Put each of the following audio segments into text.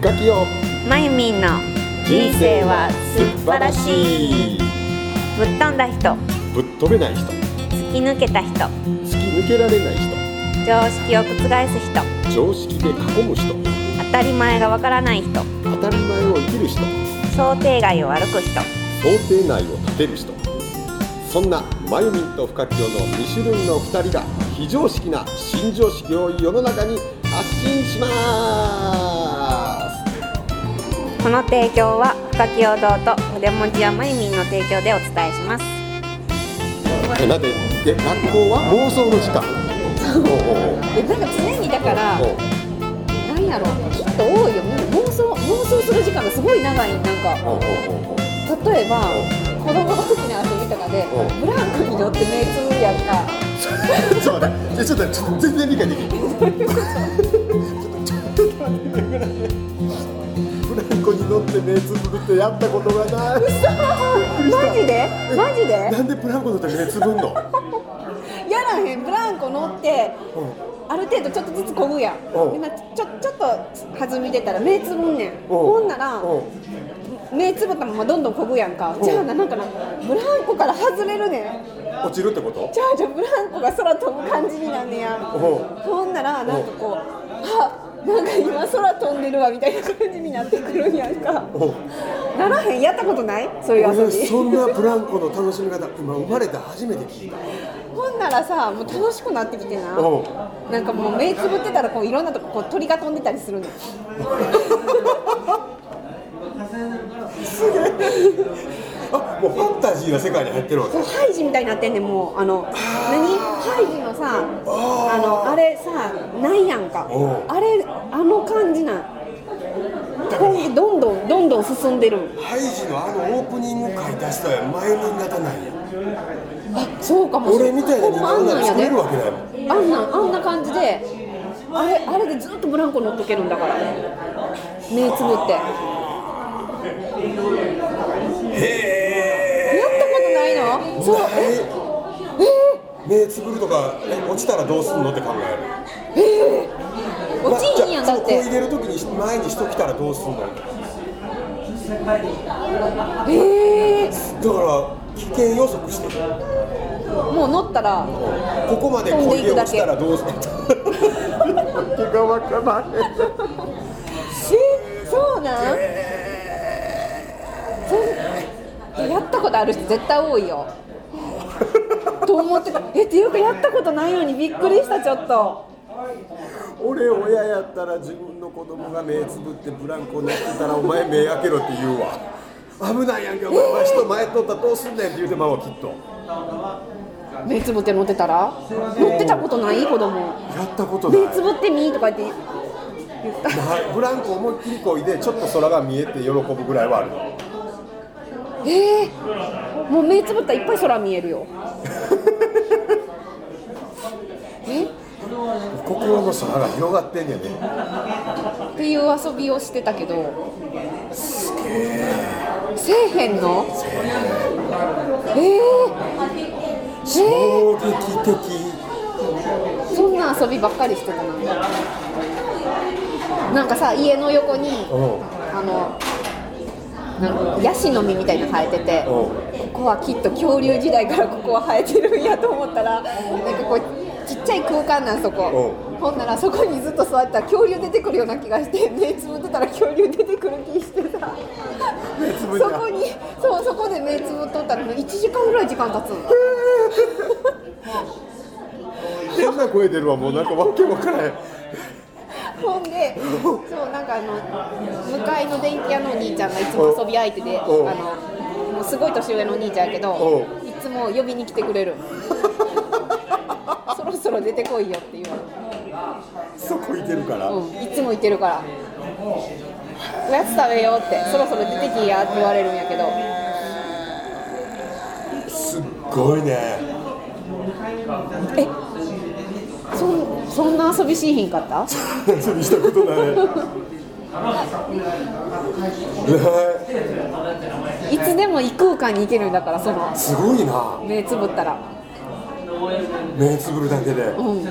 ガキよまゆみんの人生は素晴らしいぶっ飛んだ人ぶっ飛べない人突き抜けた人突き抜けられない人常識を覆す人常識で囲む人当たり前がわからない人当たり前を生きる人想定外を歩く人想定内を立てる人そんなまゆみんと深きよの2種類の2人が非常識な新常識を世の中に発信しますこの提供は深木陽堂と筆文字やまゆみんの提供でお伝えしますえなんでで学校は妄想の時間おうおうえなんか常にだからおうなんやろきっと多いよ妄想妄想する時間がすごい長いなんかおうおうおうおう例えば子供の時の遊びとかでうんブランコに乗って目つぶるやんかちょっと待って、えちょっと待って全然理解できない。ブランコに乗って目つぶるってやったことがない。 マジでマジでなんでブランコ乗って目つぶんの？やらへんブランコ乗ってある程度ちょっとずつこぐやんうん今ちょちょっと弾み出たら目つぶんねんほんならうん目つぶったままどんどんこぐやんかんじゃあななんかなブランコから外れるねん落ちるってこと？じゃあじゃあブランコが空飛ぶ感じになんねやんうんほんならなんかこうあなんか今空飛んでるわみたいな感じになってくるんやんかうんならへんやったことないそういう遊俺びそんなブランコの楽しみ方今生まれて初めて聞いた。ほんならさもう楽しくなってきてなうんなんかもう目つぶってたらこういろんなとここう鳥が飛んでたりするのあ、もうファンタジーな世界に入ってるわけこう。ハイジみたいになってんねんもうあの何ハイジのさあのあれさないやんかおうあれあの感じなんこうどんどんどんどん進んでるハイジのあのオープニング書いた人は前に型なんや。あそうかもしれ俺んみたいな人ほんまあ間んななんらや作れでるわけないもん。あんなんあんな感じであれあれでずっとブランコ乗っとけるんだから目つぶってやったことないのそうええ目つぶるとかえ落ちたらどうすんのって考える落ちひんやんまあだじゃあっこうて入れるときに前に人来たらどうすんのだかええら危険予測してるもう乗ったらここまでこいで落ちたらどうすんの手がわからへんえそうなんそんやったことある人絶対多いよ と思ってたえっていうかやったことないのにびっくりしたちょっと。俺親やったら自分の子供が目つぶってブランコになってたらお前目開けろって言うわ危ないやんけお前は人前通ったらどうすんねんって言うてまうわきっと目つぶって乗ってたら乗ってたことない子供やったことない目つぶってみーとか言って言ったないブランコ思いっきりこいでちょっと空が見えて喜ぶぐらいはあるえー、もう目つぶったらいっぱい空見えるよ え心の空が広がってんねんねっていう遊びをしてたけどせえへんのえー、え衝撃的ー、そんな遊びばっかりしてたななんかさ家の横にうんあのなんかヤシの実みたいなの生えててうんここはきっと恐竜時代からここは生えてるんやと思ったらなんかこうちっちゃい空間なんそこうほんならそこにずっと座ってたら恐竜出てくるような気がして目つぶってたら恐竜出てくる気してさ目つぶりそだこにそうそこで目つぶっとったらもう1時間ぐらい時間経つの変な声出るわもうなんかわけわからへんほんで、そうなんかあの向かいの電気屋のお兄ちゃんがいつも遊び相手で、あのおうもうすごい年上のお兄ちゃんやけどお、いつも呼びに来てくれ る。そろそろ出てこいよって言わそこいてるから、れる。うん、いつもいてるから。おやつ食べようって、そろそろ出てきやって言われるんやけど、すっごいねそんそんな遊びしいひんかった？それしたことないないいつでも異空間に行けるんだから、そのすごいな目つぶったら。目つぶるだけでうん、で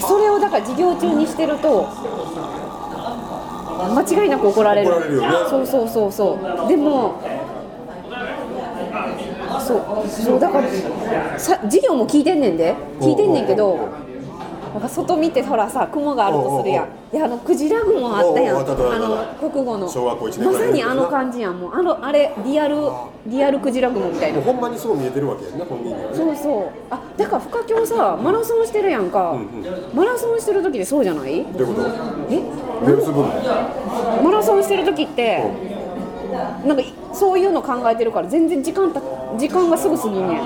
それをだから授業中にしてると間違いなく怒られる怒られるよねそうそうそうそうでもそうそうだからさ授業も聞いてんねんで聞いてんねんけおうどおうおうなんか外見てほらさ雲があるとするやんおうおういやあのクジラ雲あったやんおうおうあったあったあったあの国語の小学校一年ぐまらいさにあの感じやんもうあのあれリアルリアルクジラ雲みたいなもうほんまにそう見えてるわけやんな本人にはねそうそうあだから深京さマラソンしてるやんか、んマラソンしてる時でそうじゃないどういうこえと目をつぶんのマラソンしてる時ってなんかいそういうの考えてるから全然時間た時間がすぐ過ぎんねん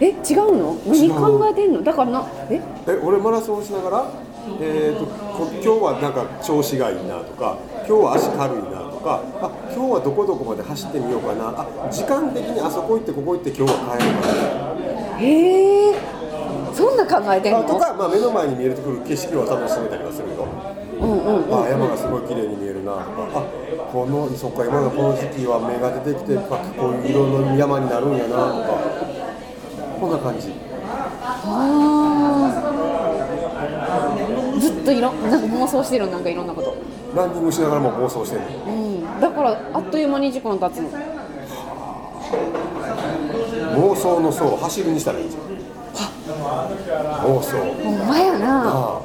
え違うの違何う考えてんのだからなええ俺マラソンしながら、えー、とこ今日はなんか調子がいいなとか今日は足軽いなとかあ今日はどこどこまで走ってみようかなあ時間的にあそこ行ってここ行って今日は帰るかへえそんな考えてなんのあとか、まあ、目の前に見えてくる景色を楽しめたりはするよ、うんあうん山がすごい綺麗に見えるなとかあこのそっか今のこの時期は芽が出てきてあこういう色の山になるんやなとかこんな感じあーずっといろなんか妄想してるなんかいろんなこと、ランニングしながらも暴走してるのうん、だからあっという間に時間経つの妄想の層を走りにしたらいいじゃん妄想ほんまやなあ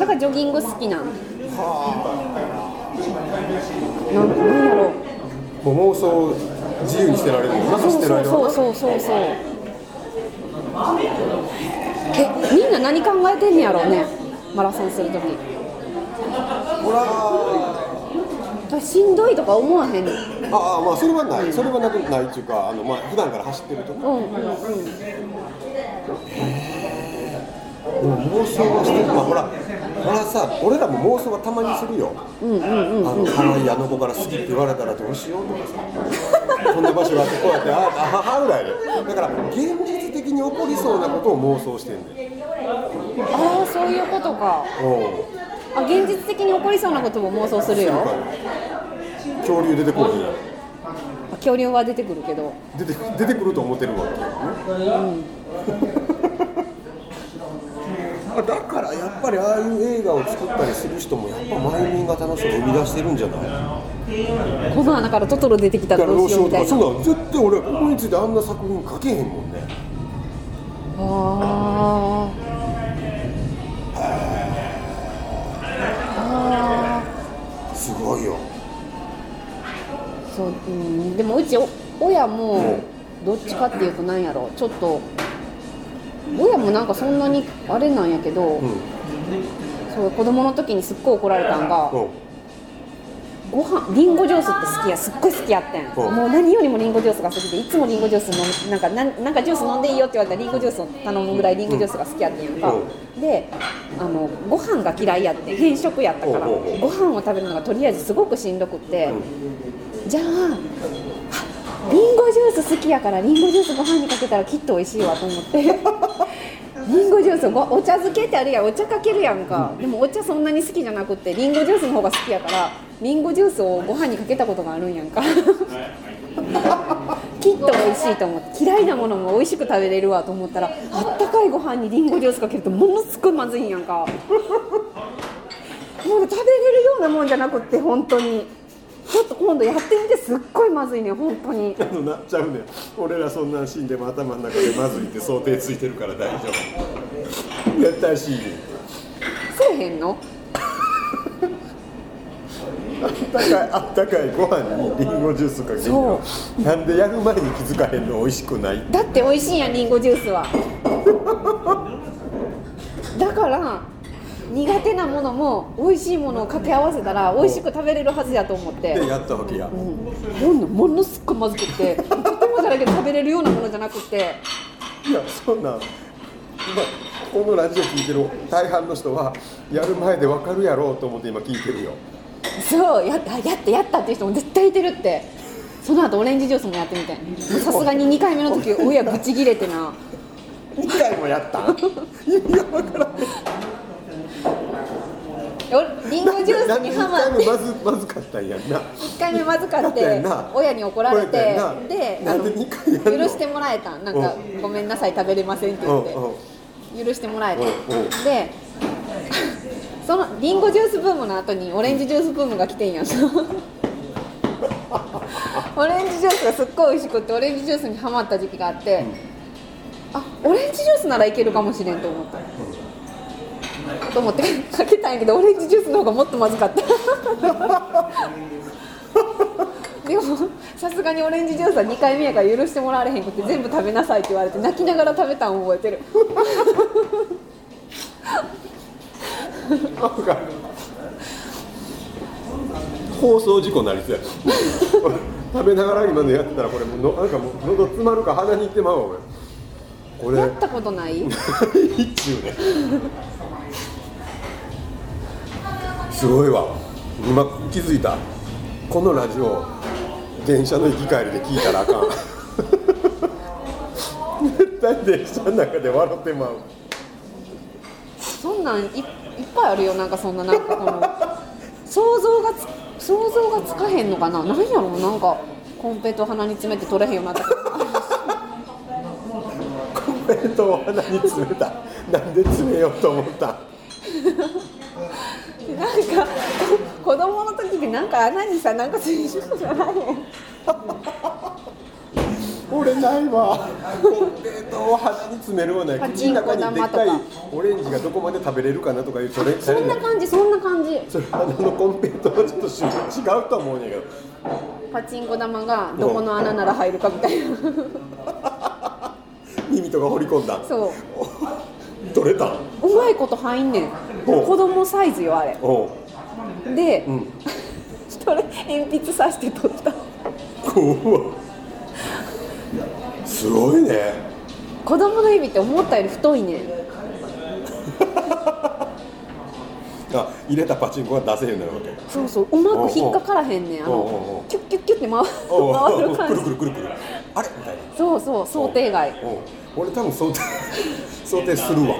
だからジョギング好きなんなんなんやろあうもう妄想を自由にしてられるよな走ってる間そうはそうそうそうそうえみんな何考えてんねやろうねマラソンするときほらあしんどいとか思わへんねんあまあそれはないそれはなくないっていうかあの、まあ、普段から走ってるとでうんうんうんも妄想はしてるまあほらほらさ俺らも妄想はたまにするようんうんうんあの可愛いあの子から好きって言われたらどうしようとかさ こんな場所があってこうやってああははぐらいでだから現実的に起こりそうなことを妄想してんだよああそういうことかおうあ現実的に起こりそうなことも妄想するよ恐竜出てこうへんやん恐竜は出てくるけど出て出てくると思ってるわけ、ね あだからやっぱりああいう映画を作ったりする人もやっぱ前人が楽しを生み出してるんじゃないだこの穴からトトロ出てきたかららどどううししようようみとかたいなそんなん絶対俺ここについてあんな作品書けへんもんねああすごいよあそう、うん、でもうちお親もどっちかっていうとなんやろちょっと親もなんかそんなにあれなんやけど、うんそう子供の時にすっごい怒られたんが、うんご飯リンゴジュースって好きやすっごい好きやってん、うんもう何よりもリンゴジュースが好きでいつもリンゴジュース飲むなんかなんなんかジュース飲んでいいよって言われたらリンゴジュースを頼むぐらいリンゴジュースが好きやってんやんか、うであのご飯が嫌いやってん偏食やったから、うんうんうんご飯を食べるのがとりあえずすごくしんどくって、じゃああリンゴジュース好きやからリンゴジュースご飯にかけたらきっと美味しいわと思って リンゴジュースごお茶漬けってあるやんお茶かけるやんかでもお茶そんなに好きじゃなくってリンゴジュースの方が好きやからリンゴジュースをご飯にかけたことがあるんやんかきっと美味しいと思って嫌いなものも美味しく食べれるわと思ったらあったかいご飯にリンゴジュースかけるとものすごいまずいんやんかもう食べれるようなもんじゃなくって本当にちょっと今度やってみてすっごいまずいね本当にあのなっちゃうねん俺らそんなん死んでも頭の中でまずいって想定ついてるから大丈 夫絶対死んでせえへんのあったかいあったかいご飯にリンゴジュースかけるのなんでやる前に気づかへんの美味しくないだって美味しいやんリンゴジュースは だから苦手なものも美味しいものを掛け合わせたら美味しく食べれるはずやと思ってでやったわけや、ほんのものすっごいまずくってとてもじゃないけど食べれるようなものじゃなくっていやそんなん、まあ、このラジオ聞いてる大半の人はやる前でわかるやろうと思って今聞いてるよそうやあやったやったっていう人も絶対いてるってその後オレンジジュースもやってみたいもうさすがに2回目の時親ぶち切れてな2回もやったん意味がわからんおリンゴジュースにハマって1回もまずまずかったんやんな1回目まずかっだっててな親に怒られてだってななでんであの二回やんの許してもらえたなんうか「ごめんなさい食べれません」って言うっんうんて許してもらえたうんうんで そのリンゴジュースブームの後にオレンジジュースブームが来てん やんオレンジジュースがすっごい美味しくってオレンジジュースにハマった時期があって、あオレンジジュースならいけるかもしれんと思った、と思ってかけたんやけどオレンジジュースの方がもっとまず かったでもさすがにオレンジジュースは2回目やから許してもらわれへんくて全部食べなさいって言われて泣きながら食べたん覚えてるなんか放送事故になりそうや食べながら今のやってたらこれもうのなんかもう喉詰まるか鼻にいってまうわ俺これやったことない一中ねすごいわ今気づいたこのラジオ電車の行き帰りで聞いたらあかん絶対電車の中で笑ってまうそんなんいいっぱいあるよなんかそんななんかこの想像がつ想像がつかへんのかななんやろうなんかコンペと鼻に詰めて取れへんようになったコメントを鼻に詰めたなんで詰めようと思ったなんか子供の時ってなんか穴にさなんかついてるじゃない俺ないわコンペイトを鼻に詰めるはなパい口チのンコ中玉にでっとかかいオレンジがどこまで食べれるかなとかいうそれそそれんな感じそんな感じそれ鼻のコンペイトはちょっと種類違うと思うんやけどパチンコ玉がどこの穴なら入るかみたいな耳とか掘り込んだそう取れたうまいこと入んねんおう子供サイズよあれおうで、うん それ鉛筆刺して取った怖っすごいね子供の指って思ったより太いねんあ入れたパチンコは出せへんようになるわけそうそううまく引っかからへんねんあおうおうおのうキュッキュッキュッっておう回る回くるる感じくるくるくるあれみたいなそうそう想定外おう俺多分想定想定するわ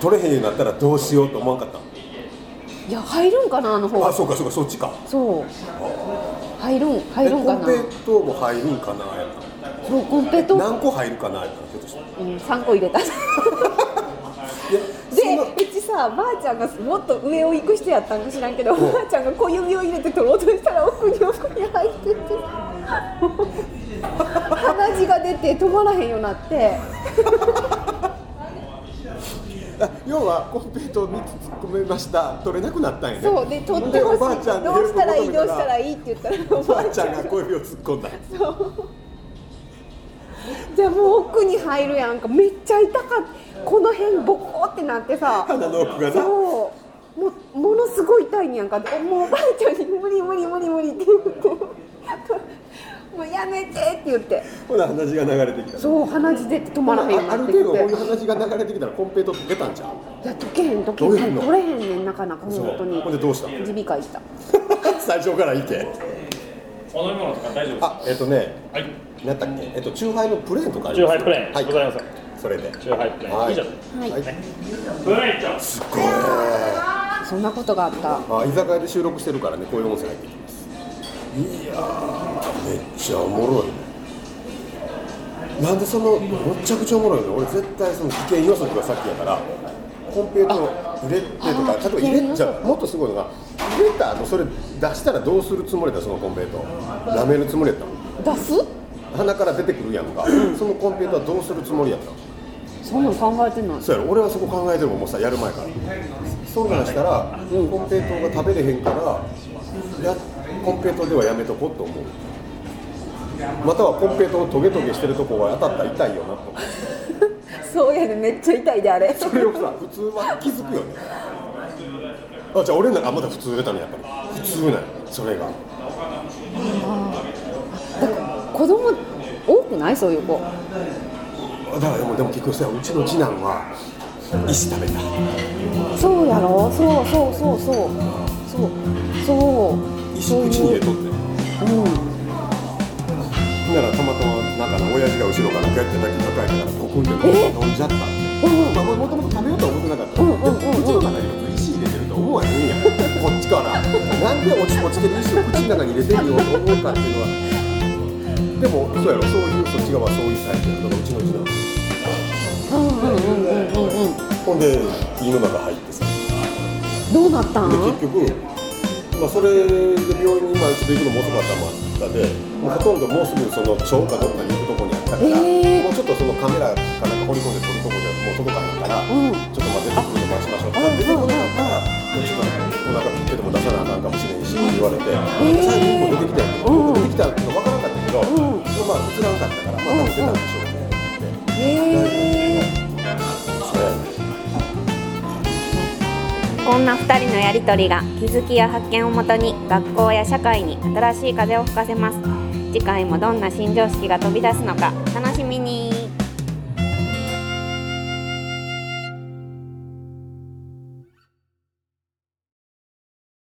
取れへんようになったらどうしようと思わんかったいや入るんかなあのあ方そうかそうかそっちかそう入るん入えるんコかンなペイトも入るんかなやっそうコンペたと、何個入るかなやったひょっとしてうん、3個 入れたでいやそんなうちさばあちゃんがもっと上を行く人やったんか知らんけどんばあちゃんが小指を入れて取ろうとしたら奥に奥に入ってて鼻血が出て止まらへんようになってあ要はコンペイト3つ突っ込めました取れなくなったんやねそうで取ってほしでおばあいちゃんにどうしたらいい喜ぶことどうしたらいいって言ったらおばあちゃんが小指を突っ込んだじゃあもう奥に入るやんかめっちゃ痛かったこの辺ボコってなってさ鼻の奥がなそうもうものすごい痛いんやんかってもうおばあちゃんに「無理無理無理無理」って言って「もうやめて」って言ってほら話が流れてきたそう鼻血出て止まらへんようにあなあるってき程度こういうて話が流れてきたらコンペイト溶けたんちゃう いや溶けへん溶けどういへうんの取れへんねんなかなかそう本当にほんでどうした耳鼻科行った最初からいけお飲み物とか大丈夫ですかあえっ、とねはい何だっけえっとチューハイのプレーンとかありチュますーハイプレーン、はございまいすそれでチューハイプレーン、はい以上はいはいブレイちゃんすごいそんなことがあったあ居酒屋で収録してるからねこういう音声入ってきますいやーめっちゃおもろいねなんでそのめっちゃくちゃおもろいの俺絶対その危険予測が先やからコンペイトを入れてとかあ例えば入れち危険予ゃ測もっとすごいのが入れた後それ出したらどうするつもりだそのコンペイト舐めるつもりやったの出す鼻から出てくるやん かそのコンペイトはどうするつもりやったのそんなん考えてないそうやろ俺はそこ考えてるもんもうさやる前からそうなんしたら、コンペイトーが食べれへんからやコンペイトーではやめとこうと思うまたはコンペイトーのトゲトゲしてるとこは当たったら痛いよなと そうやねめっちゃ痛いであれそれをさ普通は気づくよねあじゃあ俺なんかまだ普通出たねやっぱり普通なんやそれが子供多くないそういう子だからでもでも結局さうちの次男は石食べたそうやろそうそうそうそうそうそう石そう口に入れとってうんほんならたまたまなんかな親父が後ろからガッて抱きかかえたからここに飲んじゃったってうんまあ、もともと食べようとは思ってなかった、ううんんうんんううんううんんうん、口の中に石入れてると思わへんやんこっちからなんで落ち落ちてる石を口の中に入れてるよと思うかっていうのはでもそうやろそういうそっち側はそういうタイプやからうちのうちのうんうんうんうんうんうんほんで胃の中入ってさどうなったでん結局、まあ、それで病院に毎日行くのも遅かったもあったでもうほとんどもうすぐその腸かどっかに行くとこにあったから、えーもうちょっとそのカメラかなんか掘り込んで撮るとこじゃもう届かへんから、うんちょっとまあ出てくるの待ちましょうとかうん出てこなかったら、もうちょっとお腹切ってても出さなあかんかもしれんし言われて、ー最後も出てきたよ、うん出てきたの分からなかったけど、んでもまあ映らんかったからまあ多分出たんでしょうね、へえこんな2人のやりとりが気づきや発見をもとに学校や社会に新しい風を吹かせます次回もどんな新常識が飛び出すのか楽しみに